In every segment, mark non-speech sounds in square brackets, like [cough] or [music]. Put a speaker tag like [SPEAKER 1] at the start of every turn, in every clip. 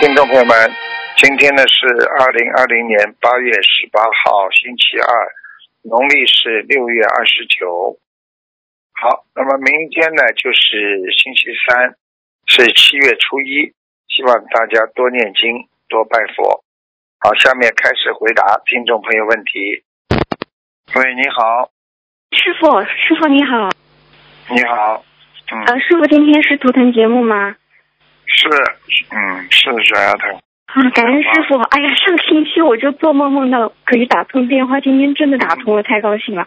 [SPEAKER 1] 听众朋友们，今天呢是二零二零年八月十八号，星期二，农历是六月二十九。好，那么明天呢就是星期三，是七月初一，希望大家多念经，多拜佛。好，下面开始回答听众朋友问题。喂，你好，
[SPEAKER 2] 师傅，师傅你好，
[SPEAKER 1] 你好，嗯，
[SPEAKER 2] 呃，师傅今天是图腾节目吗？
[SPEAKER 1] 是，嗯，是小丫头，
[SPEAKER 2] 啊，感恩师傅！哎呀，上个星期我就做梦梦到可以打通电话，今天真的打通了，太高兴了。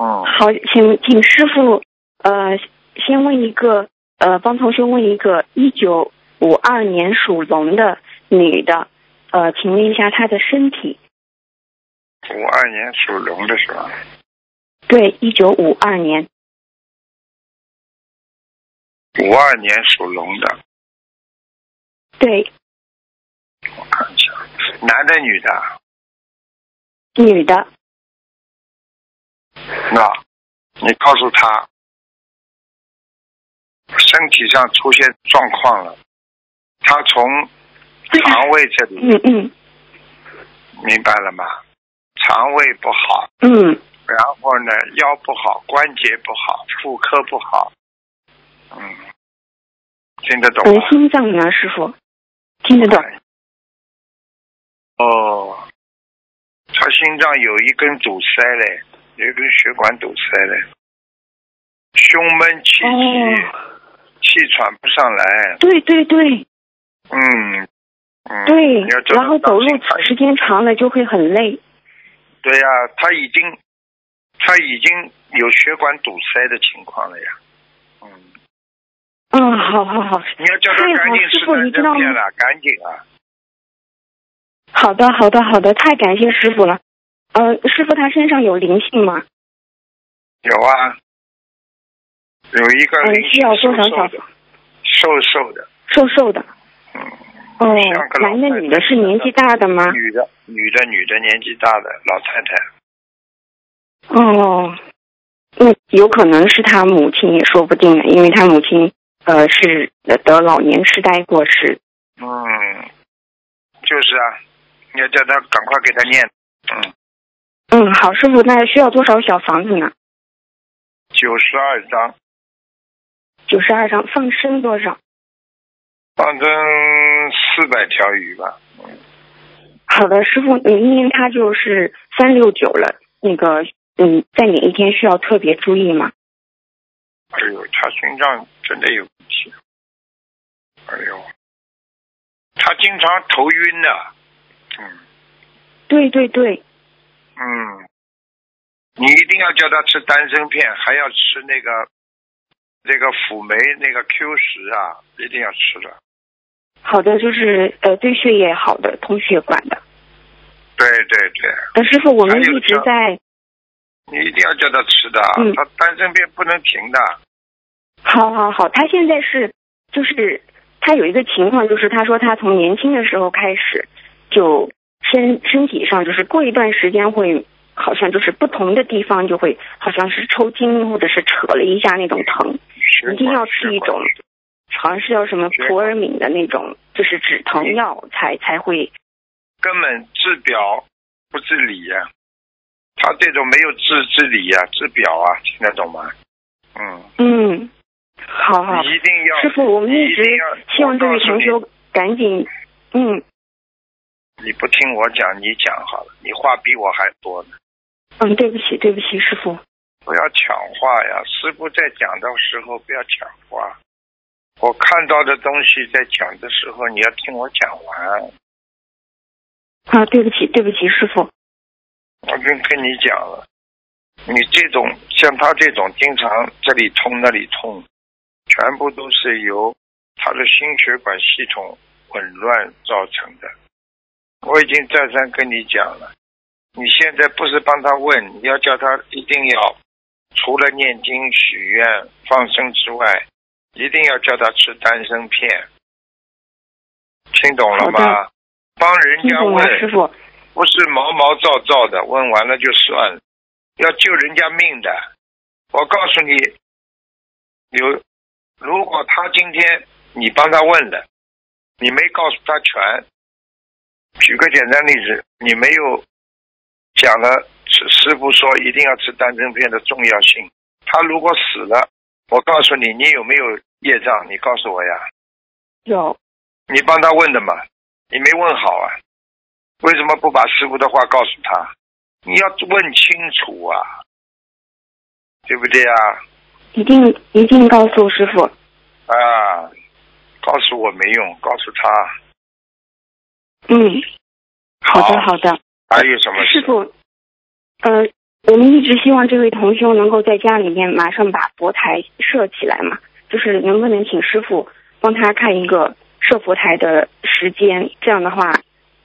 [SPEAKER 1] 嗯，
[SPEAKER 2] 好，请请师傅，呃，先问一个，呃，帮同学问一个，一九五二年属龙的女的，呃，请问一下她的身体？
[SPEAKER 1] 五二年属龙的是吧？
[SPEAKER 2] 对，一九五二年，
[SPEAKER 1] 五二年属龙的，
[SPEAKER 2] 对，
[SPEAKER 1] 我看一下，男的女的？
[SPEAKER 2] 女的，
[SPEAKER 1] 那，你告诉他，身体上出现状况了，他从肠胃这里，
[SPEAKER 2] 嗯嗯
[SPEAKER 1] 明白了吗？肠胃不好，
[SPEAKER 2] 嗯，
[SPEAKER 1] 然后呢，腰不好，关节不好，妇科不好，嗯，听得懂
[SPEAKER 2] 嗯
[SPEAKER 1] 吗，？
[SPEAKER 2] 心脏呢，师傅？听得懂？
[SPEAKER 1] 哎哦，他心脏有一根堵塞嘞，有一根血管堵塞嘞，胸闷气急，
[SPEAKER 2] 哦，
[SPEAKER 1] 气喘不上来。
[SPEAKER 2] 对对对，
[SPEAKER 1] 嗯，嗯，
[SPEAKER 2] 对
[SPEAKER 1] 你要，知道
[SPEAKER 2] 然后走路
[SPEAKER 1] 当心他
[SPEAKER 2] 时间长了就会很累。
[SPEAKER 1] 对呀、他已经，他已经有血管堵塞的情况了呀。嗯，
[SPEAKER 2] 嗯，好好好，
[SPEAKER 1] 你要叫他
[SPEAKER 2] 太好
[SPEAKER 1] 赶紧吃
[SPEAKER 2] 师傅
[SPEAKER 1] 南
[SPEAKER 2] 你知道
[SPEAKER 1] 针
[SPEAKER 2] 吗
[SPEAKER 1] 片了，赶紧啊！
[SPEAKER 2] 好的好的好的，太感谢师傅了。呃，师傅他身上有灵性吗？
[SPEAKER 1] 有啊，有一个
[SPEAKER 2] 嗯，
[SPEAKER 1] 灵
[SPEAKER 2] 需
[SPEAKER 1] 性
[SPEAKER 2] 要多
[SPEAKER 1] 瘦
[SPEAKER 2] 少
[SPEAKER 1] 瘦
[SPEAKER 2] 小
[SPEAKER 1] 的，瘦瘦的，
[SPEAKER 2] 瘦瘦的。
[SPEAKER 1] 嗯，
[SPEAKER 2] 哦
[SPEAKER 1] 像个，老
[SPEAKER 2] 男的
[SPEAKER 1] 太太
[SPEAKER 2] 女的是年纪大的吗？
[SPEAKER 1] 女的，女的，女的，年纪大的老太太。嗯
[SPEAKER 2] 哦，那有可能是他母亲也说不定呢，因为他母亲呃是得老年痴呆过世。
[SPEAKER 1] 嗯，就是啊，你要叫他赶快给他念。嗯，
[SPEAKER 2] 嗯，好，师傅，那需要多少小房子呢？
[SPEAKER 1] 九十二章。
[SPEAKER 2] 九十二张，放生多少？
[SPEAKER 1] 反正四百条鱼吧。
[SPEAKER 2] 好的，师傅，你念他就是三六九了，那个嗯，在哪一天需要特别注意吗？
[SPEAKER 1] 哎呦，他心脏真的有问题。哎呦，他经常头晕呢、嗯
[SPEAKER 2] 对对对，
[SPEAKER 1] 嗯，你一定要叫他吃丹参片，还要吃那个那个辅酶那个 Q 十啊，一定要吃的。
[SPEAKER 2] 好的，就是呃对血液好的，通血管的。
[SPEAKER 1] 对对对，
[SPEAKER 2] 呃，师傅，我
[SPEAKER 1] 还
[SPEAKER 2] 们
[SPEAKER 1] 有
[SPEAKER 2] 一直
[SPEAKER 1] 像
[SPEAKER 2] 在
[SPEAKER 1] 你一定要叫他吃的啊，
[SPEAKER 2] 嗯
[SPEAKER 1] 他丹参片不能停的。
[SPEAKER 2] 好好好，他现在是就是他有一个情况，就是他说他从年轻的时候开始就身身体上就是过一段时间会好像就是不同的地方就会好像是抽筋或者是扯了一下那种疼，
[SPEAKER 1] 血管
[SPEAKER 2] 一定要吃一种好像是叫什么
[SPEAKER 1] 血管
[SPEAKER 2] 普尔敏的那种，就是止疼药才才会。
[SPEAKER 1] 根本治表不治理呀、他这种没有治治理呀、治表啊，听得懂吗？嗯，
[SPEAKER 2] 嗯，好好，
[SPEAKER 1] 你一定要
[SPEAKER 2] 啊师傅，我们
[SPEAKER 1] 你
[SPEAKER 2] 一
[SPEAKER 1] 一
[SPEAKER 2] 直
[SPEAKER 1] 定要
[SPEAKER 2] 希望这位同
[SPEAKER 1] 我
[SPEAKER 2] 修赶紧，嗯
[SPEAKER 1] 你不听我讲，你讲好了，你话比我还多呢，
[SPEAKER 2] 嗯，对不起对不起，师傅，
[SPEAKER 1] 不要抢话呀！师傅在讲的时候不要抢话，我看到的东西在讲的时候，你要听我讲完。
[SPEAKER 2] 啊，对不起对不起，师傅，
[SPEAKER 1] 我跟跟你讲了，你这种像他这种经常这里痛那里痛，全部都是由他的心血管系统紊乱造成的。我已经再三跟你讲了，你现在不是帮他问，你要叫他一定要除了念经、许愿、放生之外，一定要叫他吃丹参片。听懂了
[SPEAKER 2] 好
[SPEAKER 1] 吗
[SPEAKER 2] 的？
[SPEAKER 1] 帮人
[SPEAKER 2] 听
[SPEAKER 1] 家
[SPEAKER 2] 懂
[SPEAKER 1] 问
[SPEAKER 2] 了，，啊师傅，
[SPEAKER 1] 不是毛毛躁躁的，问完了就算了，要救人家命的。我告诉你，有，如果他今天你帮他问了，你没告诉他全。举个简单例子，你没有讲了师师傅说一定要吃丹参片的重要性。他如果死了，我告诉你，你有没有业障？你告诉我呀。
[SPEAKER 2] 有，
[SPEAKER 1] 你帮他问的嘛，你没问好啊？为什么不把师傅的话告诉他？你要问清楚啊，对不对啊呀、
[SPEAKER 2] 一定一定告诉师傅。
[SPEAKER 1] 啊？告诉我没用，告诉他。
[SPEAKER 2] 嗯，好的好的，
[SPEAKER 1] 还有什么
[SPEAKER 2] 师
[SPEAKER 1] 事？
[SPEAKER 2] 傅，呃，我们一直希望这位同修能够在家里面马上把佛台设起来嘛，就是能不能请师傅帮他看一个设佛台的时间，这样的话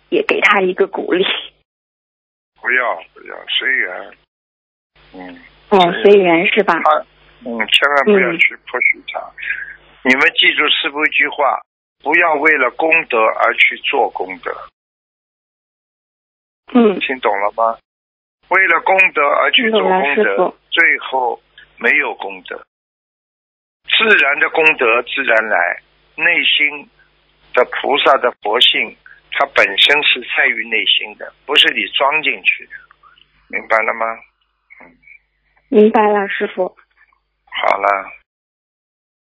[SPEAKER 2] 也给他一个鼓励。
[SPEAKER 1] 不要不要，随缘。嗯。
[SPEAKER 2] 哦
[SPEAKER 1] 是，
[SPEAKER 2] 随缘是吧？
[SPEAKER 1] 他，嗯，千万不要
[SPEAKER 2] 嗯
[SPEAKER 1] 去迫许他。你们记住师傅一句话：不要为了功德而去做功德，
[SPEAKER 2] 嗯，
[SPEAKER 1] 听懂了吗？为了功德而去
[SPEAKER 2] 听
[SPEAKER 1] 做
[SPEAKER 2] 懂了，
[SPEAKER 1] 功
[SPEAKER 2] 师
[SPEAKER 1] 德
[SPEAKER 2] 傅，。
[SPEAKER 1] 最后没有功德。自然的功德自然来，内心的菩萨的佛性，它本身是在于内心的，不是你装进去的，明白了吗？
[SPEAKER 2] 明白了，师傅。
[SPEAKER 1] 好了，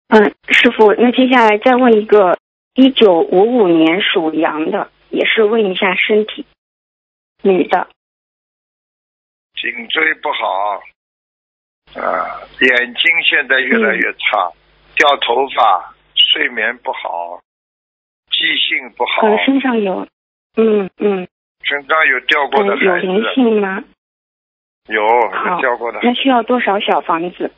[SPEAKER 2] 嗯，师傅，那接下来再问一个，一九五五年属羊的，也是问一下身体，女的，
[SPEAKER 1] 颈椎不好，啊，眼睛现在越来越差，掉头发，睡眠不好，记性不好
[SPEAKER 2] 可，能呃身上有，嗯嗯，
[SPEAKER 1] 身上有掉过
[SPEAKER 2] 嗯
[SPEAKER 1] 的
[SPEAKER 2] 有
[SPEAKER 1] 孩
[SPEAKER 2] 灵
[SPEAKER 1] 子，
[SPEAKER 2] 性吗？
[SPEAKER 1] 有
[SPEAKER 2] 好嗯
[SPEAKER 1] 有掉过的孩
[SPEAKER 2] 那需要多少小房子？
[SPEAKER 1] 子。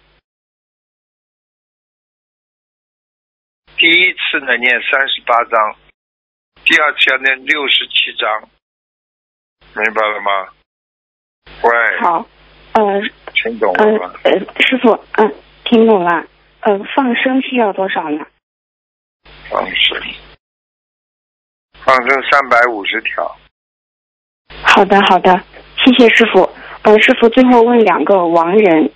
[SPEAKER 1] 第一次呢念三十八章，第二次要念六十七章，明白了吗？喂，
[SPEAKER 2] 好，呃
[SPEAKER 1] 听懂
[SPEAKER 2] 呃
[SPEAKER 1] 哎了吗？
[SPEAKER 2] 呃，师傅，嗯、听懂了。呃，放生需要多少呢？
[SPEAKER 1] 放生，放生三百五十条。
[SPEAKER 2] 好的，好的，谢谢师傅。呃，师傅最后问两个亡人，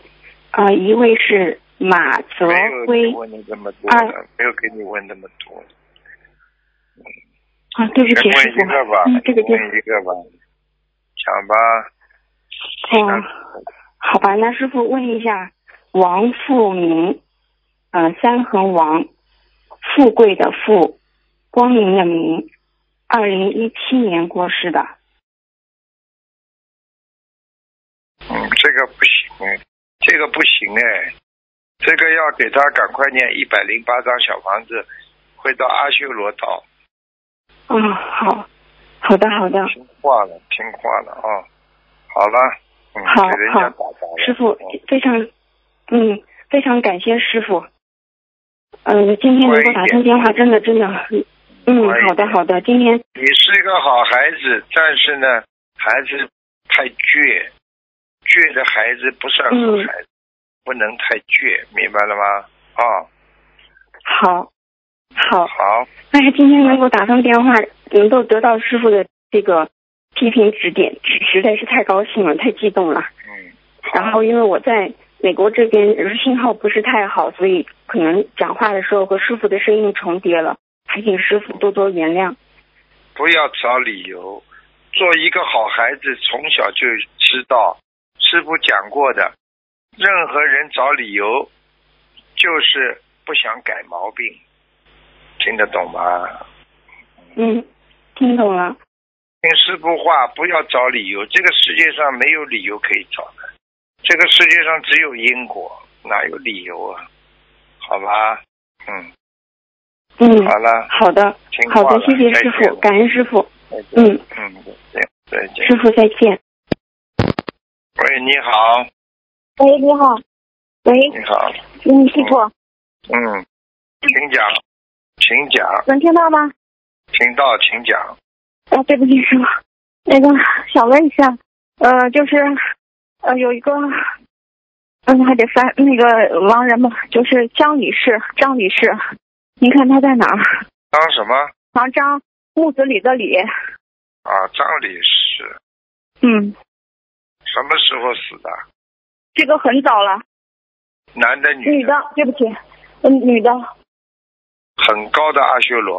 [SPEAKER 2] 呃，一位是马泽
[SPEAKER 1] 没有
[SPEAKER 2] 辉
[SPEAKER 1] 你，问的这么多的，没有给你问那么多。
[SPEAKER 2] 啊，对不
[SPEAKER 1] 先
[SPEAKER 2] 起，
[SPEAKER 1] 问
[SPEAKER 2] 师
[SPEAKER 1] 一
[SPEAKER 2] 傅，
[SPEAKER 1] 个吧，
[SPEAKER 2] 嗯，这个就
[SPEAKER 1] 问一个吧，讲吧。
[SPEAKER 2] 哦，好吧，那师傅问一下，王富明，呃，三横王，富贵的富，光明的明，二零一七年过世的，
[SPEAKER 1] 嗯，这个不行，这个不行哎，这个要给他赶快念一百零八张小房子，会到阿修罗道。
[SPEAKER 2] 啊、好，好的，好的，
[SPEAKER 1] 听话了，听话了啊、好了，嗯，
[SPEAKER 2] 好
[SPEAKER 1] 给人家
[SPEAKER 2] 好
[SPEAKER 1] 打杂了。
[SPEAKER 2] 师傅
[SPEAKER 1] 嗯
[SPEAKER 2] 非常，嗯，非常感谢师傅，嗯、今天能够打通电话，真的真的很，嗯，好的好的，今天
[SPEAKER 1] 你是一个好孩子，但是呢，孩子太倔，倔的孩子不算好
[SPEAKER 2] 嗯
[SPEAKER 1] 孩子，不能太倔，明白了吗？啊、
[SPEAKER 2] 好，好，
[SPEAKER 1] 好，
[SPEAKER 2] 但是今天能够打通电话，能够得到师傅的这个批评指点，实实在是太高兴了，太激动了。
[SPEAKER 1] 嗯，
[SPEAKER 2] 然后因为我在美国这边呃信号不是太好，所以可能讲话的时候和师傅的声音重叠了，还请师傅多多原谅。
[SPEAKER 1] 不要找理由，做一个好孩子，从小就知道师傅讲过的，任何人找理由就是不想改毛病，听得懂吗？
[SPEAKER 2] 嗯，听懂了。
[SPEAKER 1] 听师傅话，不要找理由。这个世界上没有理由可以找的，这个世界上只有因果，哪有理由啊？好吧，嗯，
[SPEAKER 2] 嗯，
[SPEAKER 1] 好了，
[SPEAKER 2] 好的，
[SPEAKER 1] 听话
[SPEAKER 2] 好
[SPEAKER 1] 了，
[SPEAKER 2] 的，谢谢师
[SPEAKER 1] 再见
[SPEAKER 2] 傅，感恩师傅。
[SPEAKER 1] 再见
[SPEAKER 2] 嗯，
[SPEAKER 1] 嗯，再见，再见。
[SPEAKER 2] 师傅再见。
[SPEAKER 1] 喂，你好，
[SPEAKER 3] 喂，你好，喂，
[SPEAKER 1] 你好，
[SPEAKER 3] 嗯，师傅，
[SPEAKER 1] 嗯，请讲，请讲，
[SPEAKER 3] 能听到吗？
[SPEAKER 1] 请到，请讲。
[SPEAKER 3] 啊，对不起，师傅，那个想问一下，呃，就是呃，有一个，嗯，还得翻那个亡人吧，就是张女士，张女士，您看她在哪儿？
[SPEAKER 1] 当什么
[SPEAKER 3] 王张，木子李的李，
[SPEAKER 1] 啊？张理事
[SPEAKER 3] 嗯，
[SPEAKER 1] 什么时候死的？
[SPEAKER 3] 这个很早了，
[SPEAKER 1] 男的
[SPEAKER 3] 女
[SPEAKER 1] 女
[SPEAKER 3] 的，对不起，嗯，女的，
[SPEAKER 1] 很高的阿修罗，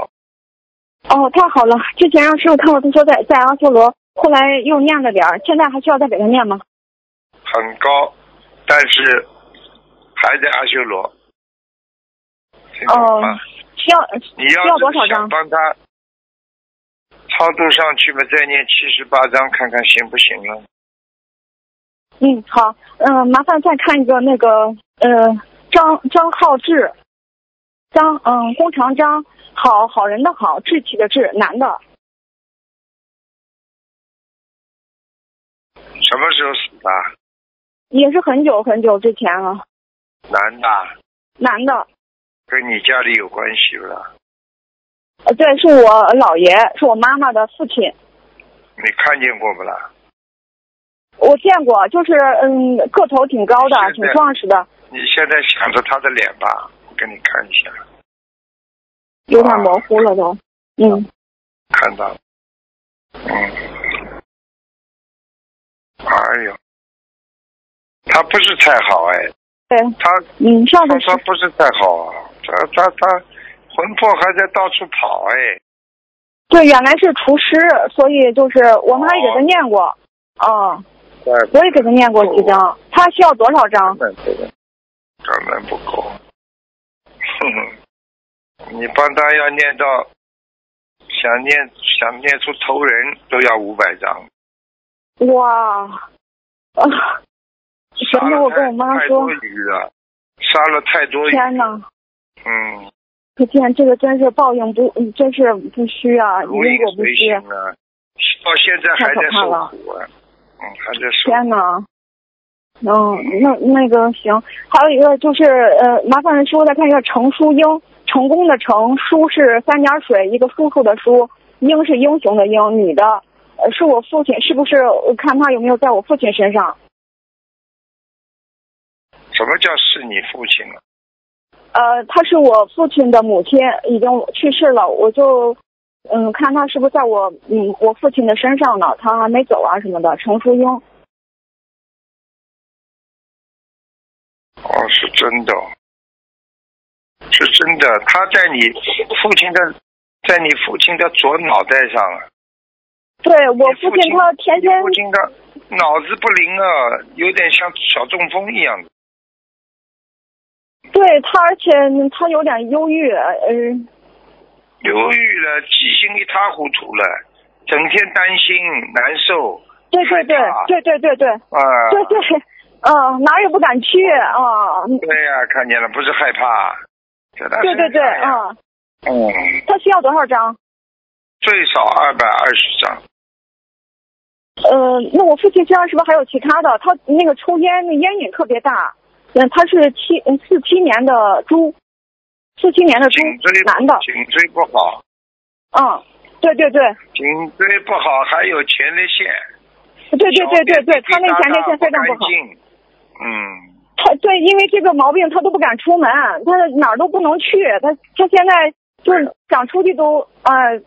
[SPEAKER 2] 哦，太好了！之前让师傅看过，他说在在阿修罗，后来又念了点儿，现在还需要再给他念吗？
[SPEAKER 1] 很高，但是还在阿修罗。听懂
[SPEAKER 2] 哦
[SPEAKER 1] 吗？，
[SPEAKER 2] 需要
[SPEAKER 1] 啊你
[SPEAKER 2] 需要
[SPEAKER 1] 要
[SPEAKER 2] 多少
[SPEAKER 1] 是想
[SPEAKER 2] 张？
[SPEAKER 1] 帮他超度上去嘛，再念七十八章看看行不行啊了。
[SPEAKER 2] 嗯，好，嗯、麻烦再看一个那个呃，张张浩志，张嗯、工长张，好好人的好，志气的志，男的，
[SPEAKER 1] 什么时候死的？
[SPEAKER 2] 也是很久很久之前了，
[SPEAKER 1] 男的，
[SPEAKER 2] 男的，
[SPEAKER 1] 跟你家里有关系不啦？
[SPEAKER 2] 呃，对，是我姥爷，是我妈妈的父亲，
[SPEAKER 1] 你看见过不啦？
[SPEAKER 2] 我见过，就是嗯，个头挺高的，
[SPEAKER 1] 是的
[SPEAKER 2] 挺壮实的，
[SPEAKER 1] 你现在想着他的脸吧，我给你看一下，
[SPEAKER 2] 有
[SPEAKER 1] 啊
[SPEAKER 2] 点模糊了都，嗯，
[SPEAKER 1] 看到了。嗯。哎呦，他不是太好哎，
[SPEAKER 2] 对，
[SPEAKER 1] 他
[SPEAKER 2] 嗯，上
[SPEAKER 1] 他
[SPEAKER 2] 次
[SPEAKER 1] 他
[SPEAKER 2] 是
[SPEAKER 1] 不是太好啊，他他他魂魄还在到处跑哎。
[SPEAKER 2] 对，原来是厨师，所以就是我妈也给他
[SPEAKER 1] 哦
[SPEAKER 2] 念过，啊、
[SPEAKER 1] 对
[SPEAKER 2] 我也给他念过几
[SPEAKER 1] 哦
[SPEAKER 2] 张，他需要多少张？
[SPEAKER 1] 本不够，根本不够。 [laughs] 哼哼，你帮他要念到，想念想念出头人都要五百张。
[SPEAKER 2] 哇，啊，行
[SPEAKER 1] 杀
[SPEAKER 2] 那
[SPEAKER 1] 了
[SPEAKER 2] 我跟
[SPEAKER 1] 太
[SPEAKER 2] 我妈
[SPEAKER 1] 太
[SPEAKER 2] 说
[SPEAKER 1] 多，鱼了，杀了太多鱼。
[SPEAKER 2] 天哪，
[SPEAKER 1] 嗯，
[SPEAKER 2] 可见这个真是报应不，嗯真是不虚啊，因
[SPEAKER 1] 如影
[SPEAKER 2] 果不
[SPEAKER 1] 随
[SPEAKER 2] 虚，
[SPEAKER 1] 形啊，到现在还在
[SPEAKER 2] 太可怕
[SPEAKER 1] 受
[SPEAKER 2] 了
[SPEAKER 1] 苦啊，嗯，还在受苦。
[SPEAKER 2] 天哪。嗯，那那个行，还有一个就是呃，麻烦师傅再看一下程淑英，成功的成，淑是三点水一个叔叔的叔，英是英雄的英，女的，呃，是我父亲，是不是？我看他有没有在我父亲身上？
[SPEAKER 1] 什么叫是你父亲啊？
[SPEAKER 2] 呃，她是我父亲的母亲，已经去世了。我就嗯，看她是不是在我嗯我父亲的身上呢？她还没走啊什么的。程淑英，
[SPEAKER 1] 哦，是真的哦，是真的，他在你父亲的，在你父亲的左脑袋上啊。
[SPEAKER 2] 对我
[SPEAKER 1] 你
[SPEAKER 2] 父
[SPEAKER 1] 父亲
[SPEAKER 2] 亲他天天
[SPEAKER 1] 父亲的脑子不灵啊，有点像小中风一样的。
[SPEAKER 2] 对他，而且他有点忧郁，嗯、
[SPEAKER 1] 忧郁了，记性一塌糊涂了，整天担心、难受
[SPEAKER 2] 对对对
[SPEAKER 1] 害怕
[SPEAKER 2] 对对对对
[SPEAKER 1] 啊。
[SPEAKER 2] 对对，嗯、哪儿也不敢去啊。
[SPEAKER 1] 对呀、看见了，不是害怕，在他
[SPEAKER 2] 对对对，
[SPEAKER 1] 身上呀
[SPEAKER 2] 啊、
[SPEAKER 1] 嗯，
[SPEAKER 2] 他需要多少张？
[SPEAKER 1] 最少二百二十张。
[SPEAKER 2] 呃，那我父亲身上是不是还有其他的？他那个抽烟，那烟瘾特别大。嗯，他是七四七年的猪，四七年的猪
[SPEAKER 1] 颈椎，
[SPEAKER 2] 男的。
[SPEAKER 1] 颈椎不好，
[SPEAKER 2] 嗯，对对对，
[SPEAKER 1] 颈椎不好，还有前列腺。
[SPEAKER 2] 对对对对对，他那前列腺非常
[SPEAKER 1] 不
[SPEAKER 2] 不好
[SPEAKER 1] 干。净。嗯，
[SPEAKER 2] 他对，因为这个毛病，他都不敢出门，他哪儿都不能去。他他现在就是想出去都呃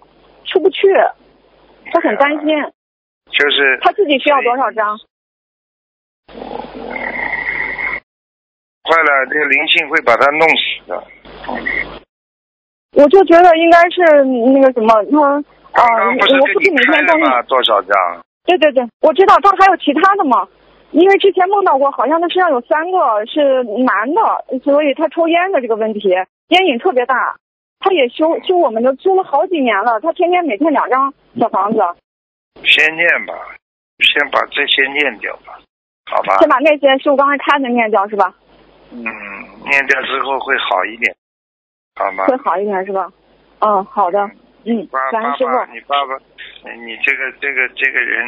[SPEAKER 2] 出不去，他很担心。
[SPEAKER 1] 啊就是
[SPEAKER 2] 他自己需要多少张？
[SPEAKER 1] 快了，这个灵性会把他弄死
[SPEAKER 2] 哦
[SPEAKER 1] 的。嗯
[SPEAKER 2] 我就觉得应该是那个什么，他
[SPEAKER 1] 刚
[SPEAKER 2] 啊、
[SPEAKER 1] 刚不是
[SPEAKER 2] 我父
[SPEAKER 1] 跟
[SPEAKER 2] 亲
[SPEAKER 1] 你
[SPEAKER 2] 每
[SPEAKER 1] 开
[SPEAKER 2] 天
[SPEAKER 1] 了
[SPEAKER 2] 都
[SPEAKER 1] 吗？多少张？
[SPEAKER 2] 对对对，我知道他还有其他的嘛，因为之前梦到过，好像他身上有三个是男的，所以他抽烟的这个问题，烟瘾特别大。他也修修我们的租了好几年了，他天天每天两张小房子，
[SPEAKER 1] 先念吧，先把这些念掉吧，好吧？
[SPEAKER 2] 先把那些是我刚才看的念掉是吧？
[SPEAKER 1] 嗯，念掉之后会好一点，好吗？
[SPEAKER 2] 会好一点是吧？嗯，好的，嗯，
[SPEAKER 1] 爸
[SPEAKER 2] 感
[SPEAKER 1] 爸
[SPEAKER 2] 恩师
[SPEAKER 1] 爸，
[SPEAKER 2] 傅，
[SPEAKER 1] 你爸爸，你你这个这个这个人，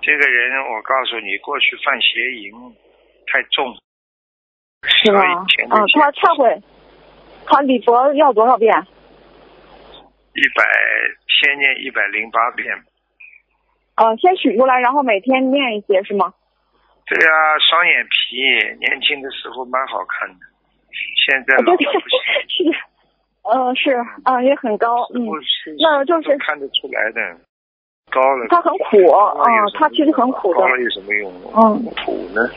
[SPEAKER 1] 这个人，我告诉你，过去犯邪淫太重，
[SPEAKER 2] 是吧
[SPEAKER 1] 所以？前
[SPEAKER 2] 嗯，他忏悔，他礼佛要多少遍？
[SPEAKER 1] 一百先念一百零八遍。
[SPEAKER 2] 呃，先取出来，然后每天念一些是吗？
[SPEAKER 1] 对啊，双眼皮，年轻的时候蛮好看的，现
[SPEAKER 2] [laughs]
[SPEAKER 1] 在
[SPEAKER 2] 啊
[SPEAKER 1] 老
[SPEAKER 2] 对
[SPEAKER 1] 了
[SPEAKER 2] 对
[SPEAKER 1] 不行，
[SPEAKER 2] 是，呃是，啊、也很高，嗯。
[SPEAKER 1] 不是
[SPEAKER 2] 那就是
[SPEAKER 1] 都看得出来的，高了。
[SPEAKER 2] 他很苦
[SPEAKER 1] 高了有什
[SPEAKER 2] 啊
[SPEAKER 1] 么用，
[SPEAKER 2] 他其实很苦的
[SPEAKER 1] 高。了有什么用？
[SPEAKER 2] 嗯，
[SPEAKER 1] 苦呢？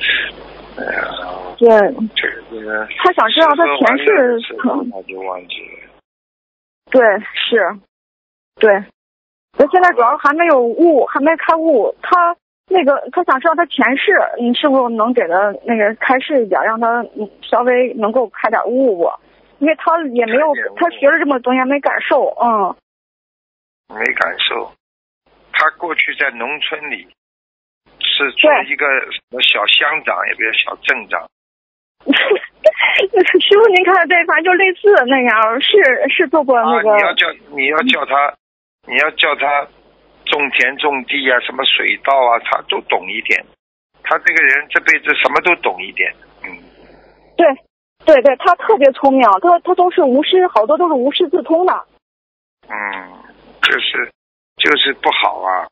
[SPEAKER 1] 哎呀，
[SPEAKER 2] 对，
[SPEAKER 1] 这个这个。
[SPEAKER 2] 他想知道他前世
[SPEAKER 1] 吃喝玩乐的事
[SPEAKER 2] 可能
[SPEAKER 1] 他就忘记了。
[SPEAKER 2] 对是，对，那现在主要还没有悟，还没开悟。他那个他想知道他前世，你是不是能给他那个开示一点，让他嗯稍微能够开点悟悟？因为他也没有
[SPEAKER 1] 开点悟，
[SPEAKER 2] 他学了这么多年没感受，嗯，
[SPEAKER 1] 没感受。他过去在农村里是做
[SPEAKER 2] 对
[SPEAKER 1] 一个什么小乡长，也不是小镇长，
[SPEAKER 2] 啊 [laughs] 师傅您看对，反正就类似那样，是是做过那个，
[SPEAKER 1] 啊，你要叫你要叫他，你要叫他种田种地啊，什么水稻啊，他都懂一点。他这个人这辈子什么都懂一点，嗯，
[SPEAKER 2] 对对对，他特别聪明，他他都是无师，好多都是无师自通的。
[SPEAKER 1] 嗯，就是就是不好啊，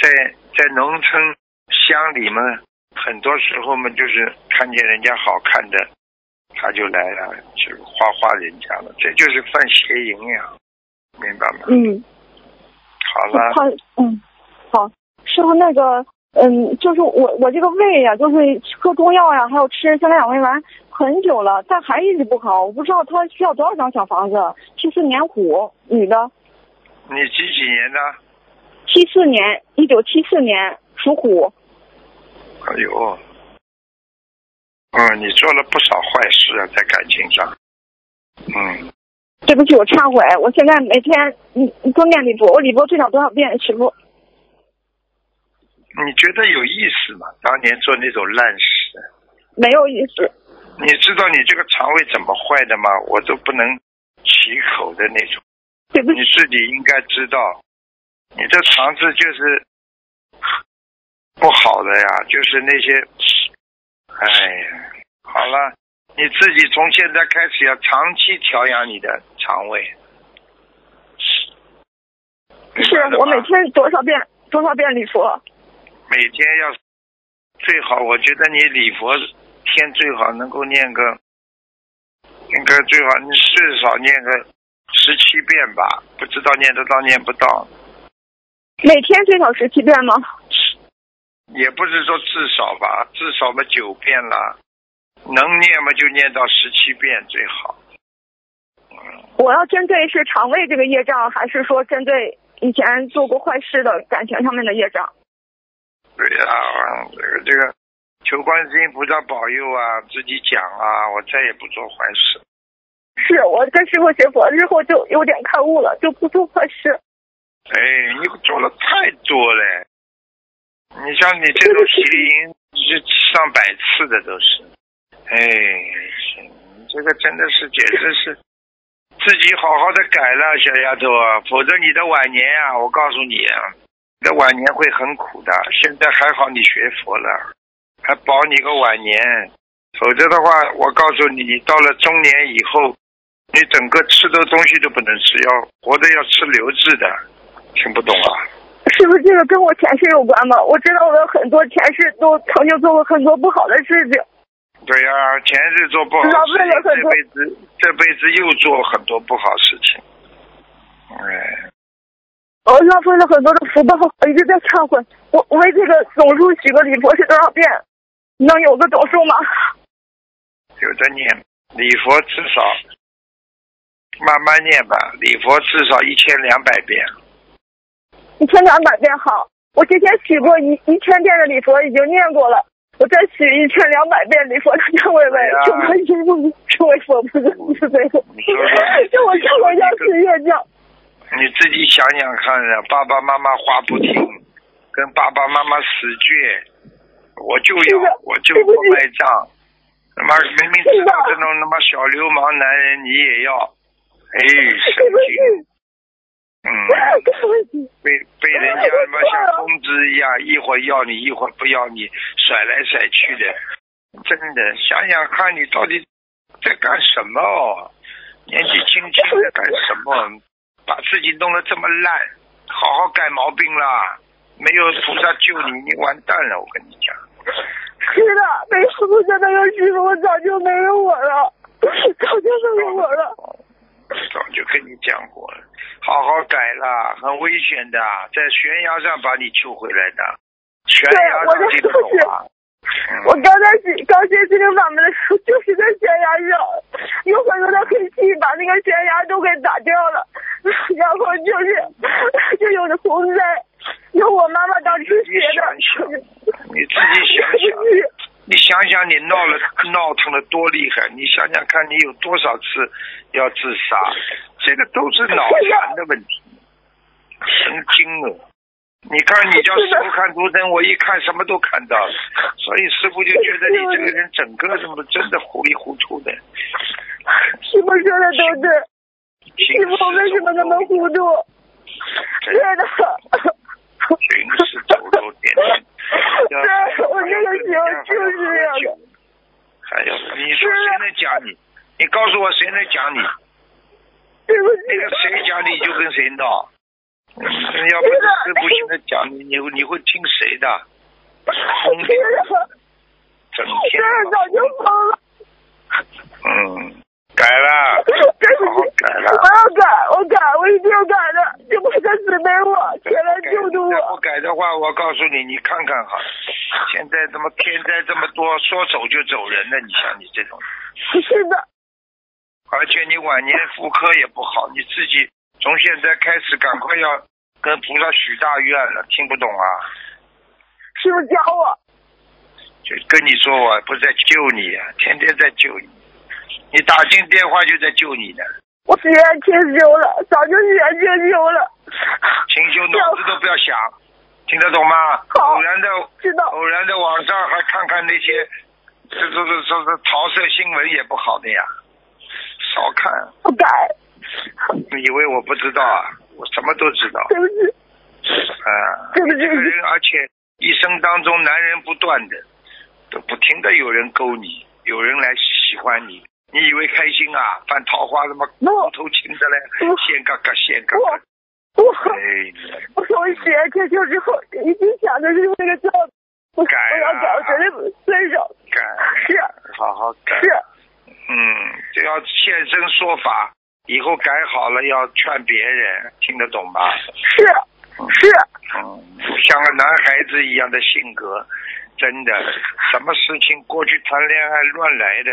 [SPEAKER 1] 在在农村乡里嘛，很多时候嘛，就是看见人家好看的，他就来了，就花花人家了，这就是犯邪淫呀，明白吗？
[SPEAKER 2] 嗯，
[SPEAKER 1] 好了，
[SPEAKER 2] 他嗯，好，师傅那个嗯，就是我我这个胃呀、就是喝中药呀、还有吃三两胃丸很久了，但还一直不好，我不知道他需要多少张小房子。七四年虎，女的，
[SPEAKER 1] 你几几年的？
[SPEAKER 2] 七四年，一九七四年属虎。
[SPEAKER 1] 哎呦，嗯，你做了不少坏事啊，在感情上，嗯，
[SPEAKER 2] 对不起，我忏悔，我现在每天你你多念礼佛，我礼佛最少多少遍，师傅？
[SPEAKER 1] 你觉得有意思吗？当年做那种烂事，
[SPEAKER 2] 没有意思。
[SPEAKER 1] 你知道你这个肠胃怎么坏的吗？我都不能起口的那种。
[SPEAKER 2] 对不起
[SPEAKER 1] 你，自己应该知道，你这肠子就是不好的呀，就是那些，哎呀，好了，你自己从现在开始要长期调养你的肠胃。明白了吗
[SPEAKER 2] 是我每天多少遍多少遍礼佛？
[SPEAKER 1] 每天要最好，我觉得你礼佛天最好能够念个，应该最好你至少念个十七遍吧，不知道念得到念不到，
[SPEAKER 2] 每天最少十七遍吗？
[SPEAKER 1] 也不是说至少吧，至少嘛九遍啦，能念嘛就念到十七遍最好。
[SPEAKER 2] 我要针对是肠胃这个业障，还是说针对以前做过坏事的感情上面的业障？
[SPEAKER 1] 对呀、啊，这个这个，求观世音菩萨保佑啊，自己讲啊，我再也不做坏事。
[SPEAKER 2] 是我跟师傅学佛之后就有点开悟了，就不做坏事。
[SPEAKER 1] 哎，你做了太多了。你像你这种邪淫是上百次的都是，哎，是你这个真的是简直是自己好好的改了，小丫头啊，否则你的晚年啊，我告诉你啊，你的晚年会很苦的。现在还好你学佛了，还保你个晚年，否则的话，我告诉你，你到了中年以后，你整个吃的东西都不能吃，要活着要吃流质的。听不懂啊？
[SPEAKER 2] 是不是这个跟我前世有关吧？我知道我的很多前世都曾经做过很多不好的事情。
[SPEAKER 1] 对呀、前世做不好
[SPEAKER 2] 老
[SPEAKER 1] 事
[SPEAKER 2] 问了
[SPEAKER 1] 情，这
[SPEAKER 2] 很多
[SPEAKER 1] 辈子这辈子又做很多不好事情。哎，
[SPEAKER 2] 我浪费了很多的福报，我一直在忏悔。我我为这个总数许个礼佛是多少遍？能有个总数吗？
[SPEAKER 1] 有的念礼佛至少慢慢念吧，礼佛至少一千两百遍。
[SPEAKER 2] 一千两百遍好。我之前许过一一千遍的礼佛，已经念过了。我再许一千两百遍礼佛，忏悔文
[SPEAKER 1] 哎呀，
[SPEAKER 2] 求观世音求为佛菩萨慈悲，
[SPEAKER 1] 你说说
[SPEAKER 2] 就我忏悔要吃月教。
[SPEAKER 1] 你自己想想看啊，爸爸妈妈话不听，跟爸爸妈妈死倔，我就要
[SPEAKER 2] 是的，
[SPEAKER 1] 我就
[SPEAKER 2] 对
[SPEAKER 1] 不
[SPEAKER 2] 不起
[SPEAKER 1] 卖账。他妈明明知
[SPEAKER 2] 是的
[SPEAKER 1] 道这种他妈小流氓男人你也要，哎，神
[SPEAKER 2] 对不
[SPEAKER 1] 经，
[SPEAKER 2] 起，
[SPEAKER 1] 嗯，
[SPEAKER 2] 对不起，
[SPEAKER 1] 被被
[SPEAKER 2] 哎
[SPEAKER 1] 人家他妈像疯子一样，一会儿要你，一会儿不要你，甩来甩去的，真的想想看你到底在干什么哦？年纪轻轻的干什么？把自己弄得这么烂，好好改毛病啦！没有菩萨救你，你完蛋了！我跟你讲，
[SPEAKER 2] 是的，没师傅真的有师傅，我早就没有我了，早就没有我了。
[SPEAKER 1] 早就跟你讲过了，好好改啦，很危险的，在悬崖上把你救回来的，悬
[SPEAKER 2] 对
[SPEAKER 1] 崖
[SPEAKER 2] 我
[SPEAKER 1] 上
[SPEAKER 2] 这
[SPEAKER 1] 你不
[SPEAKER 2] 就是
[SPEAKER 1] 懂啊？嗯
[SPEAKER 2] 我刚开始刚学心灵法门的时候，就是在悬崖上，有很多的黑气把那个悬崖都给打掉了， [laughs] 然后就是就有的洪灾，有我妈妈当时学的，
[SPEAKER 1] 你自己想想，
[SPEAKER 2] [laughs]
[SPEAKER 1] 你想想你闹了闹腾的多厉害，你想想看你有多少次要自杀，这个都是脑残的问题，神经了。你看，你叫师傅看图腾，我一看什么都看到了，所以师傅就觉得你这个人整个怎么真的糊里糊涂的，
[SPEAKER 2] 师傅说的都对，
[SPEAKER 1] 行
[SPEAKER 2] 师傅为什么那么糊涂？对的。
[SPEAKER 1] 行尸走肉点
[SPEAKER 2] [laughs]
[SPEAKER 1] 点。要
[SPEAKER 2] 对，我那个时候就是这样的。
[SPEAKER 1] 还有，你说谁能讲你？你告诉我谁能讲你？
[SPEAKER 2] 对不起。
[SPEAKER 1] 那个谁讲你就跟谁闹。嗯要不是师傅现在讲你，你你会听谁的？
[SPEAKER 2] 真的，
[SPEAKER 1] 整
[SPEAKER 2] 真
[SPEAKER 1] 天
[SPEAKER 2] 的早就疯了，
[SPEAKER 1] 嗯，改了，
[SPEAKER 2] [laughs] 对不
[SPEAKER 1] 好好
[SPEAKER 2] 起，
[SPEAKER 1] 改了。
[SPEAKER 2] 我要改，我改，我一定要改的，就不是慈悲我，前来救度
[SPEAKER 1] 再不
[SPEAKER 2] 我，
[SPEAKER 1] 改的话，我告诉你，你看看哈，现在怎么天灾这么多，说走就走人了？你像你这种，
[SPEAKER 2] 是的，
[SPEAKER 1] 而且你晚年妇科也不好，你自己从现在开始赶快要跟菩萨许大愿了，听不懂啊？
[SPEAKER 2] 师傅教我，
[SPEAKER 1] 就跟你说我不是在救你啊，天天在救你，你打进电话就在救你呢，
[SPEAKER 2] 我许愿清修了，早就许愿清修了，
[SPEAKER 1] 清修脑子都不要想，听得懂吗？
[SPEAKER 2] 好
[SPEAKER 1] 偶然的
[SPEAKER 2] 知道，
[SPEAKER 1] 偶然的网上还看看那些，这这这这这桃色新闻也不好的呀，少看。
[SPEAKER 2] 我改，
[SPEAKER 1] 你以为我不知道啊？我什么都知道。
[SPEAKER 2] 对不起，
[SPEAKER 1] 啊，
[SPEAKER 2] [laughs] 对不起
[SPEAKER 1] 这个人，而且一生当中男人不断的，都不停的有人勾你，有人来喜欢你，你以为开心啊？犯桃花什么
[SPEAKER 2] 那
[SPEAKER 1] 红
[SPEAKER 2] 我
[SPEAKER 1] 头青的嘞
[SPEAKER 2] 我，
[SPEAKER 1] 现嘎嘎现嘎嘎，
[SPEAKER 2] 我
[SPEAKER 1] 哎，
[SPEAKER 2] 我从许愿清修之后，一心想的是那个教，我我要改，啊我绝对不遵守，
[SPEAKER 1] 改，
[SPEAKER 2] 是
[SPEAKER 1] 好好改，
[SPEAKER 2] 是。
[SPEAKER 1] 嗯，就要现身说法，以后改好了要劝别人，听得懂吧？
[SPEAKER 2] 是是，
[SPEAKER 1] 嗯，像个男孩子一样的性格，真的，什么事情过去谈恋爱乱来的，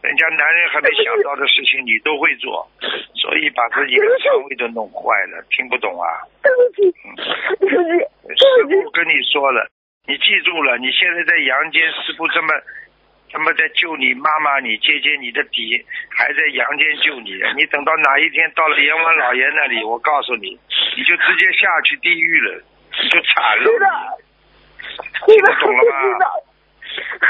[SPEAKER 1] 人家男人还没
[SPEAKER 2] 哎
[SPEAKER 1] 想到的事情你都会做，所以把自己的肠胃都弄坏了，听不懂啊？
[SPEAKER 2] 对不起，对不起，对
[SPEAKER 1] 师
[SPEAKER 2] 不
[SPEAKER 1] 傅
[SPEAKER 2] 起，
[SPEAKER 1] 跟你说了，你记住了，你现在在阳间，师傅这么这么在救你妈妈你，姐姐你的底，还在阳间救你。啊你等到哪一天到了阎王老爷那里，我告诉你，你就直接下去地狱了，你就惨了。
[SPEAKER 2] 是的，
[SPEAKER 1] 你
[SPEAKER 2] 是的，
[SPEAKER 1] 听得懂了
[SPEAKER 2] 是
[SPEAKER 1] 吗？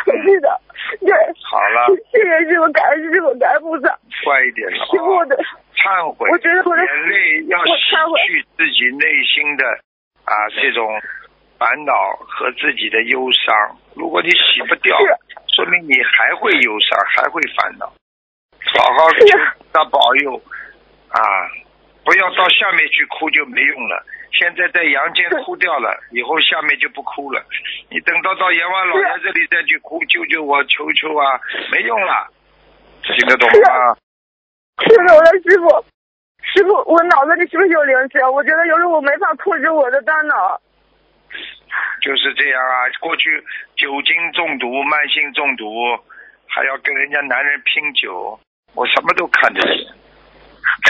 [SPEAKER 2] 的，是的，对，
[SPEAKER 1] 好了，
[SPEAKER 2] 谢谢师傅，感恩师傅，感恩菩萨，
[SPEAKER 1] 乖一点了
[SPEAKER 2] 师傅我
[SPEAKER 1] 啊！
[SPEAKER 2] 的，
[SPEAKER 1] 忏悔，
[SPEAKER 2] 我觉得我的
[SPEAKER 1] 眼泪要
[SPEAKER 2] 我忏悔
[SPEAKER 1] 洗去自己内心的啊这种烦恼和自己的忧伤。如果你洗不掉，
[SPEAKER 2] 是
[SPEAKER 1] 说明你还会忧伤，还会烦恼。好好
[SPEAKER 2] 是
[SPEAKER 1] 求他保佑啊！不要到下面去哭就没用了。现在在阳间哭掉了，以后下面就不哭了。你等到到阎王老爷这里再去哭，救救我，求求啊，没用了。听得懂吗？
[SPEAKER 2] 听懂了，师傅，师傅，我脑子里是不是有灵性？我觉得有时候我没法控制我的大脑，
[SPEAKER 1] 就是这样啊。过去酒精中毒、慢性中毒，还要跟人家男人拼酒，我什么都看得见。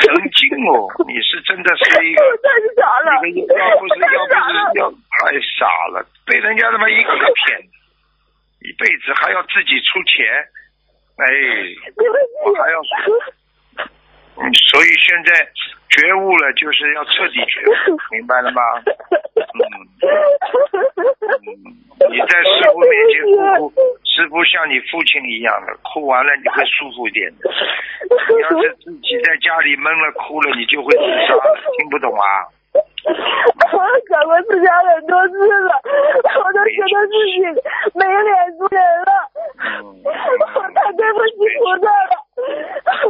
[SPEAKER 1] 神经哦，你是真的是
[SPEAKER 2] [laughs]
[SPEAKER 1] 一个
[SPEAKER 2] 我太傻了，
[SPEAKER 1] 你个要不
[SPEAKER 2] 我
[SPEAKER 1] 是
[SPEAKER 2] 太
[SPEAKER 1] 要不
[SPEAKER 2] 傻
[SPEAKER 1] 是
[SPEAKER 2] 了，
[SPEAKER 1] 要太傻了，被人家他妈一个个骗，一辈子还要自己出钱，哎，
[SPEAKER 2] 对
[SPEAKER 1] 我还
[SPEAKER 2] [laughs]
[SPEAKER 1] 要
[SPEAKER 2] 不
[SPEAKER 1] 嗯所以现在觉悟了，就是要彻底觉悟，明白了吗？
[SPEAKER 2] [laughs]
[SPEAKER 1] 嗯
[SPEAKER 2] 起，，
[SPEAKER 1] 你在师傅面前哭哭，师傅像你父亲一样的，哭完了你会舒服一点的。你要是自己在家里闷了哭了，你就会自杀了，听不懂啊？
[SPEAKER 2] [laughs] 我想过自杀很多次了，我都觉得自己没脸做人了，
[SPEAKER 1] 嗯
[SPEAKER 2] 我 [laughs] 太对不起菩萨了。
[SPEAKER 1] 嗯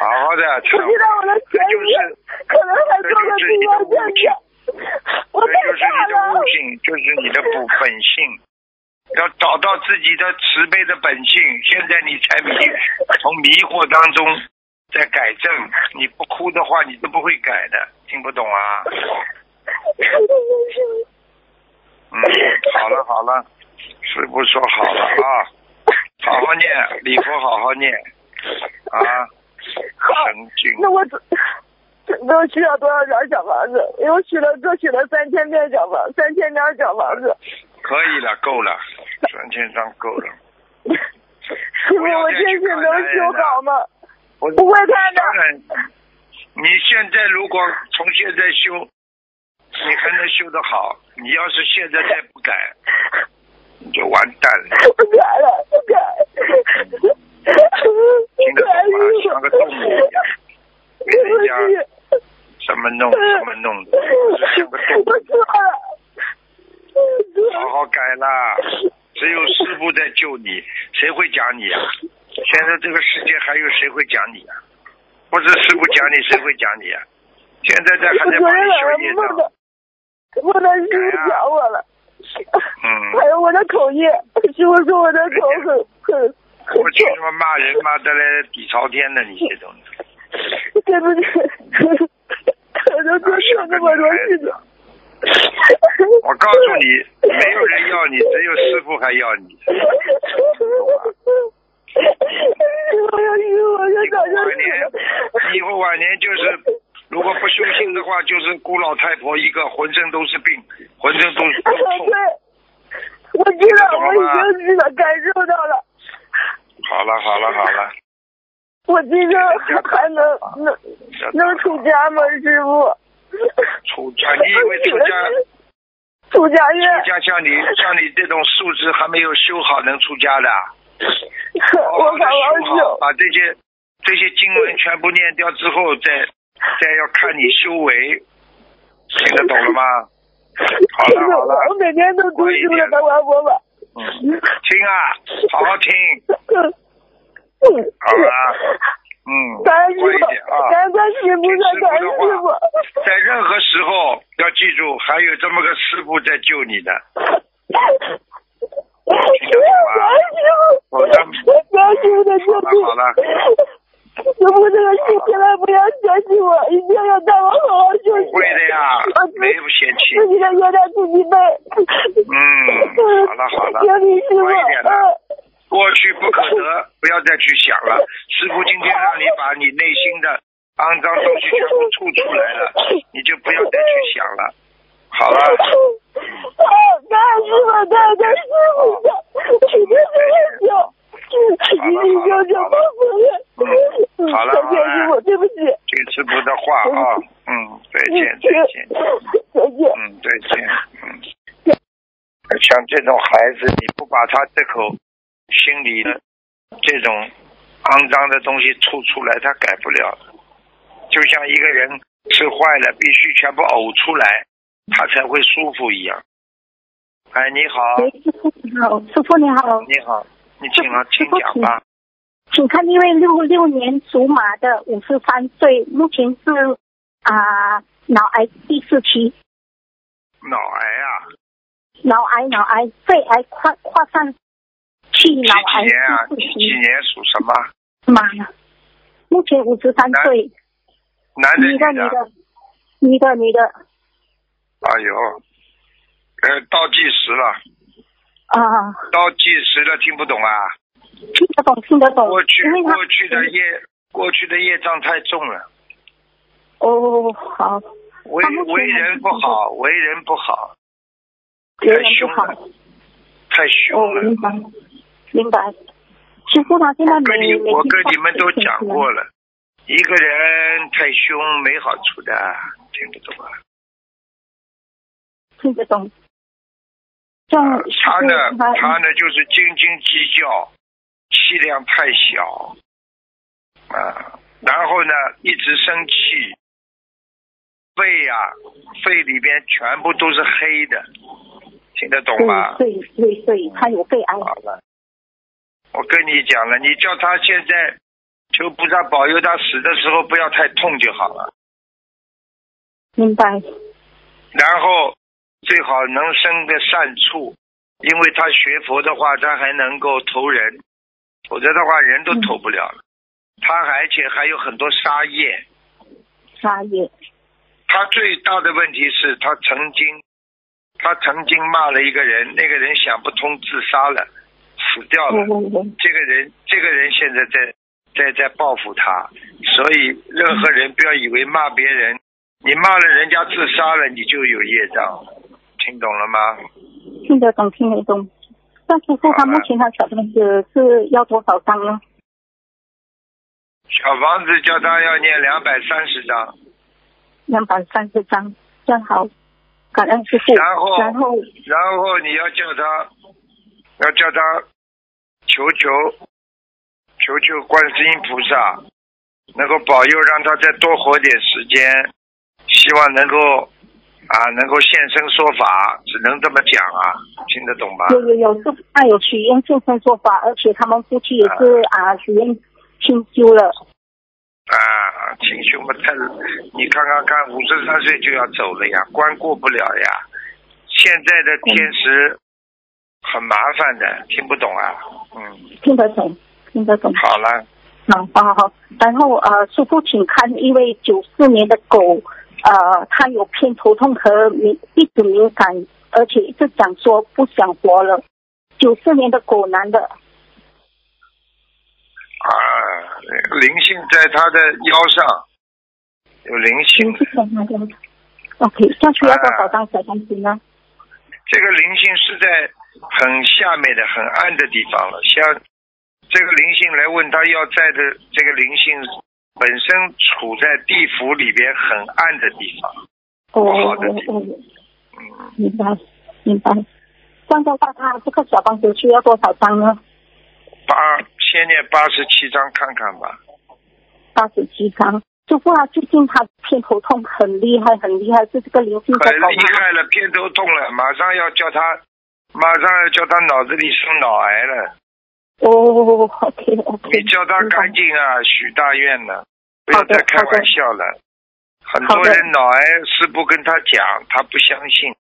[SPEAKER 1] 好好的，
[SPEAKER 2] [laughs] 我知道我的前世可能还做的比较正确，我
[SPEAKER 1] 这
[SPEAKER 2] 太
[SPEAKER 1] 就是你的
[SPEAKER 2] 傻了
[SPEAKER 1] 悟。性，就是你的本本性，要找到自己的慈悲的本性。现在你才迷，从迷惑当中在改正。你不哭的话，你都不会改的，听不懂啊？
[SPEAKER 2] [laughs]
[SPEAKER 1] 嗯，好了好了，师傅说好了啊，好好念礼佛，好好念啊，神经。
[SPEAKER 2] [laughs] 那我怎那我需要多少张小房子？因为我许了各许了三千遍小房，三千张小房子。
[SPEAKER 1] 可以了，够了，三千张够了。
[SPEAKER 2] 师傅，我这次能修好吗？
[SPEAKER 1] 我
[SPEAKER 2] 不会看的
[SPEAKER 1] 当。然，你现在如果从现在修，你还能修得好。你要是现在再不改，你就完蛋了。
[SPEAKER 2] [laughs] 不敢了，不敢，
[SPEAKER 1] 听得懂
[SPEAKER 2] 不敢
[SPEAKER 1] 吗？像个动物一样，被
[SPEAKER 2] 对不
[SPEAKER 1] 人
[SPEAKER 2] 起
[SPEAKER 1] 家，怎么
[SPEAKER 2] [laughs]
[SPEAKER 1] 弄怎么弄的，就是像个动
[SPEAKER 2] 我
[SPEAKER 1] 物。
[SPEAKER 2] 错了， [laughs] 我
[SPEAKER 1] 好好改啦，只有师傅在救你，谁会讲
[SPEAKER 2] [laughs]
[SPEAKER 1] 你呀、啊现在这个世界还有谁会讲你呀、不是师傅讲你，谁会讲你呀、啊现在这还
[SPEAKER 2] 昨
[SPEAKER 1] 在帮你
[SPEAKER 2] 天晚
[SPEAKER 1] 修业
[SPEAKER 2] 上梦
[SPEAKER 1] 障
[SPEAKER 2] 到，梦到师傅讲我了，
[SPEAKER 1] 哎
[SPEAKER 2] [laughs]
[SPEAKER 1] 嗯。
[SPEAKER 2] 还有我的口业，师傅说我的口很很很
[SPEAKER 1] 我去他妈骂人骂的嘞，底朝天的，你这种人，
[SPEAKER 2] 重，对不起， [laughs] 我都做错那
[SPEAKER 1] 啊
[SPEAKER 2] 么多事情。
[SPEAKER 1] 我告诉你，没有人要你，只有师傅还要你。
[SPEAKER 2] [laughs] 哎我要是我就早就死了。
[SPEAKER 1] 你以后晚年就是，如果不修心的话，就是孤老太婆一个，浑身都是病，浑身都是
[SPEAKER 2] [laughs]
[SPEAKER 1] 都痛。
[SPEAKER 2] 对，我知道，我已经知道感受到了。
[SPEAKER 1] 好了好了好了，
[SPEAKER 2] 我今天还能能能出家吗，师傅？
[SPEAKER 1] 出家，你以为出家
[SPEAKER 2] 出家院？
[SPEAKER 1] 出家像你像你这种素质还没有修好能出家的啊？好
[SPEAKER 2] [laughs] 我
[SPEAKER 1] 好的
[SPEAKER 2] 好
[SPEAKER 1] 修
[SPEAKER 2] 好
[SPEAKER 1] 好，
[SPEAKER 2] 修。
[SPEAKER 1] 把这些这些经文全部念掉之后，再再要看你修为，听得懂了吗？好了好了，
[SPEAKER 2] 我每天都读书的白话佛法。
[SPEAKER 1] 嗯，听啊，好好听，
[SPEAKER 2] 嗯。
[SPEAKER 1] 好了啊，嗯，
[SPEAKER 2] [laughs] 感恩师
[SPEAKER 1] 乖一
[SPEAKER 2] 傅
[SPEAKER 1] 点啊，。
[SPEAKER 2] 感恩师傅，感恩师傅。
[SPEAKER 1] 在任何时候要记住，还有这么个师傅在救你的。
[SPEAKER 2] 我我我相信我的救主。
[SPEAKER 1] 好了
[SPEAKER 2] 师傅，这个事情来不要相信我，一定要带我好好休息。
[SPEAKER 1] 不会的呀
[SPEAKER 2] 我自己
[SPEAKER 1] 没有嫌弃
[SPEAKER 2] 自己的原谅自己背。
[SPEAKER 1] 嗯，好了好了，
[SPEAKER 2] 行，你师傅，
[SPEAKER 1] 乖一点
[SPEAKER 2] 嗯
[SPEAKER 1] 了。过去不可得，不要再去想了。师傅今天让你把你内心的肮脏东西全部吐出来了，你就不要再去想了。好了，
[SPEAKER 2] 啊，大师傅，大大师傅的，你这是我脚，你你就就不服了。
[SPEAKER 1] 好了
[SPEAKER 2] 再见，师傅，对不起，
[SPEAKER 1] 听师傅的话啊，嗯，再见再见，
[SPEAKER 2] 再见。
[SPEAKER 1] 嗯再见，嗯。像这种孩子，你不把他这口心里的这种肮脏的东西吐出来，他改不了。就像一个人吃坏了，必须全部呕出来，他才会舒服一样。哎，你好，
[SPEAKER 4] 喂，师傅你好，师傅你好，
[SPEAKER 1] 你好，你请啊，请讲吧。
[SPEAKER 4] 请看一位六六年属马的，五十三岁，目前是啊、脑癌第四期，
[SPEAKER 1] 脑癌啊，
[SPEAKER 4] 脑癌脑癌肺癌扩扩散器
[SPEAKER 1] 几
[SPEAKER 4] 脑癌
[SPEAKER 1] 几年啊？
[SPEAKER 4] 第
[SPEAKER 1] 几
[SPEAKER 4] 四
[SPEAKER 1] 几
[SPEAKER 4] 期，
[SPEAKER 1] 年属什么？
[SPEAKER 4] 马，目前五十三岁，
[SPEAKER 1] 男的
[SPEAKER 4] 女的女
[SPEAKER 1] 女
[SPEAKER 4] 的女的女的，
[SPEAKER 1] 哎呦，呃，倒计时了，
[SPEAKER 4] 啊、
[SPEAKER 1] 倒计时了，听不懂啊？
[SPEAKER 4] 听得懂听得懂，
[SPEAKER 1] 过去
[SPEAKER 4] 哦因为他
[SPEAKER 1] 过去的业过去的业障太重了，
[SPEAKER 4] 哦好，
[SPEAKER 1] 为
[SPEAKER 4] 他目前
[SPEAKER 1] 为人不好，为人不好，太
[SPEAKER 4] 人不
[SPEAKER 1] 凶
[SPEAKER 4] 好，
[SPEAKER 1] 了，太
[SPEAKER 4] 哦
[SPEAKER 1] 凶了。
[SPEAKER 4] 明白明白，师傅他现在
[SPEAKER 1] 我跟你
[SPEAKER 4] 没没
[SPEAKER 1] 我
[SPEAKER 4] 听
[SPEAKER 1] 跟
[SPEAKER 4] 到
[SPEAKER 1] 你们都
[SPEAKER 4] 事情
[SPEAKER 1] 讲
[SPEAKER 4] 是吗
[SPEAKER 1] 过了，一个人太凶没好处的，听不懂啊？
[SPEAKER 4] 听得懂。这样
[SPEAKER 1] 啊他呢
[SPEAKER 4] 嗯是他，
[SPEAKER 1] 他呢就是斤斤计较，气量太小，啊，然后呢一直生气，肺呀、肺里边全部都是黑的，听得懂吗？
[SPEAKER 4] 对对对对，他有肺癌。
[SPEAKER 1] 好了，我跟你讲了，你叫他现在求菩萨保佑他死的时候不要太痛就好了，
[SPEAKER 4] 明白，
[SPEAKER 1] 然后最好能生个善处，因为他学佛的话，他还能够投人，否则的话人都投不了了。他而且还有很多杀业，
[SPEAKER 4] 他也
[SPEAKER 1] 他最大的问题是他曾经他曾经骂了一个人，那个人想不通自杀了，死掉了。这个人，这个人现在在在在报复他，所以任何人不要以为骂别人，你骂了人家自杀了，你就有业障，听懂了吗？
[SPEAKER 2] 听得懂，听得懂。那师傅他目前他小房子是要多少张呢？
[SPEAKER 1] 小房子叫他要念两百三十章，
[SPEAKER 2] 两百三十张，这样好，感恩师傅。
[SPEAKER 1] 然后
[SPEAKER 2] 然后
[SPEAKER 1] 然后你要叫他，要叫他求求求求观世音菩萨，能够保佑让他再多活点时间，希望能够啊能够现身说法，只能这么讲啊，听得懂吧？
[SPEAKER 2] 有有有，是他有许愿现身说法，而且他们夫妻也是啊许愿清修了。
[SPEAKER 1] 啊，亲兄们，太，你看看看，五十三岁就要走了呀，关过不了呀。现在的天时很麻烦的，听不懂啊。嗯，
[SPEAKER 2] 听得懂，听得懂。
[SPEAKER 1] 好了，
[SPEAKER 2] 好，好好好。然后呃，师傅请看一位九四年的狗，呃，它有偏头痛和敏一直敏感，而且一直讲说不想活了。九四年的狗男的，
[SPEAKER 1] 啊，灵性在他的腰上，有灵性
[SPEAKER 2] 请，是什么的？OK，这样需要多少张小房子呢？
[SPEAKER 1] 这个灵性是在很下面的、很暗的地方了。像这个灵性来问他要在的这个灵性本身处在地府里边很暗的地方，
[SPEAKER 2] 哦
[SPEAKER 1] 啊好
[SPEAKER 2] 哦
[SPEAKER 1] 的
[SPEAKER 2] 哦，
[SPEAKER 1] 嗯。
[SPEAKER 2] 明白明白。这样的话，他这个小房子需要多少张呢？
[SPEAKER 1] 八，先念八十七章看看吧。
[SPEAKER 2] 八十七张。师傅啊，最近他偏头痛很厉害，很厉害，是这个灵性在
[SPEAKER 1] 很
[SPEAKER 2] 搞
[SPEAKER 1] 厉
[SPEAKER 2] 他吗？
[SPEAKER 1] 害了，偏头痛了，马上要叫他，马上要叫他脑子里生脑癌了。
[SPEAKER 2] 哦，OK OK。
[SPEAKER 1] 你叫他赶紧啊，许大愿呢，不要
[SPEAKER 2] 好的
[SPEAKER 1] 再开
[SPEAKER 2] 好的
[SPEAKER 1] 玩笑了。很
[SPEAKER 2] 好
[SPEAKER 1] 多
[SPEAKER 2] 的
[SPEAKER 1] 人脑癌师傅跟他讲，他不相信。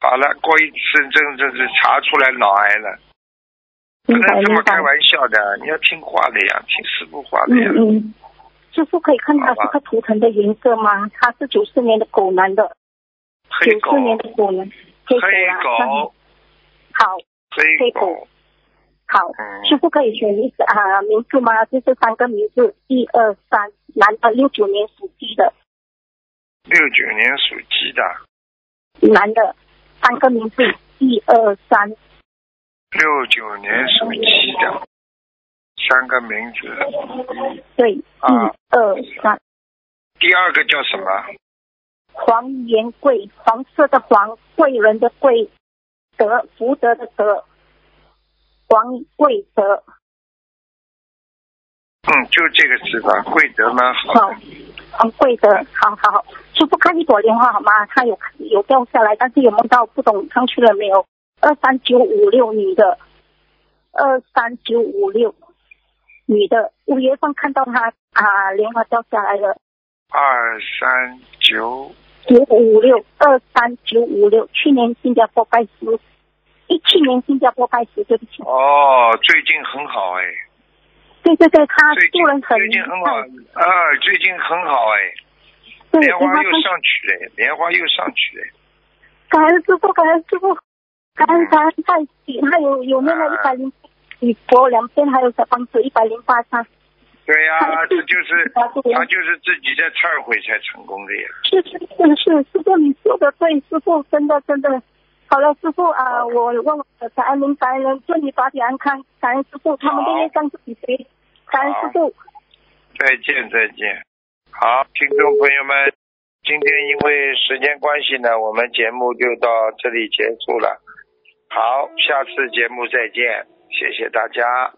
[SPEAKER 1] 好了，过一次真真是查出来脑癌了，不
[SPEAKER 2] 明白
[SPEAKER 1] 能这
[SPEAKER 2] 明
[SPEAKER 1] 么
[SPEAKER 2] 白
[SPEAKER 1] 开。玩笑的，你要听话的呀，听师傅话的
[SPEAKER 2] 嗯
[SPEAKER 1] 呀。
[SPEAKER 2] 嗯。师傅可以看他
[SPEAKER 1] 好吧
[SPEAKER 2] 这个图腾的颜色吗？他是九四年的狗男的，
[SPEAKER 1] 黑
[SPEAKER 2] 九
[SPEAKER 1] 狗
[SPEAKER 2] 四，年的狗男，黑狗
[SPEAKER 1] 黑
[SPEAKER 2] 啊。
[SPEAKER 1] 狗，
[SPEAKER 2] 好
[SPEAKER 1] 黑
[SPEAKER 2] 黑
[SPEAKER 1] 狗
[SPEAKER 2] 狗，好，
[SPEAKER 1] 嗯，
[SPEAKER 2] 师傅可以选一个啊名字吗？就是三个名字，一二三，男的六九年属鸡的，
[SPEAKER 1] 六九年属鸡的。
[SPEAKER 2] 男的三个名字，一二三，
[SPEAKER 1] 六九年属鸡的，三个名字。
[SPEAKER 2] 对，一
[SPEAKER 1] 啊
[SPEAKER 2] 二三，
[SPEAKER 1] 第二个叫什么？
[SPEAKER 2] 黄延贵，黄色的黄，贵人的贵，德福德的德，黄贵德，
[SPEAKER 1] 嗯，就这个字吧，贵德蛮好
[SPEAKER 2] 好
[SPEAKER 1] 的。，
[SPEAKER 2] 黄贵德，好好好，师傅看一朵莲花好吗？它有有掉下来，但是有梦到不懂上去了没有？二三九五六女的，二三九五六女的，五月份看到她啊莲花掉下来了，
[SPEAKER 1] 二三九
[SPEAKER 2] 九五六二三九五六，去年新加坡拜师，一七年新加坡拜师，对不起，
[SPEAKER 1] 哦，最近很好哎，
[SPEAKER 2] 对对对，他
[SPEAKER 1] 最近
[SPEAKER 2] 啊做人很
[SPEAKER 1] 最近很好啊，最近很好哎，
[SPEAKER 2] 对，
[SPEAKER 1] 莲花
[SPEAKER 2] 他
[SPEAKER 1] 又上去了，莲花又上去了，
[SPEAKER 2] 感恩师傅，感恩师傅，感恩感恩太喜，他有有念了一百零礼佛两遍，还有小房子一百零八张，
[SPEAKER 1] 对呀、
[SPEAKER 2] 他
[SPEAKER 1] 这就是
[SPEAKER 2] 他做
[SPEAKER 1] 他
[SPEAKER 2] 人
[SPEAKER 1] 就是自己在忏悔才成功的呀。
[SPEAKER 2] 是是是是，师傅你说的对，师傅真的真的。好了，师傅啊，我问我的感恩您，感恩您，祝你法体安康，感恩师傅，他们都
[SPEAKER 1] 好
[SPEAKER 2] 业障自己背，感恩师傅。
[SPEAKER 1] 再见，再见。好，听众朋友们，今天因为时间关系呢，我们节目就到这里结束了。好，下次节目再见，谢谢大家，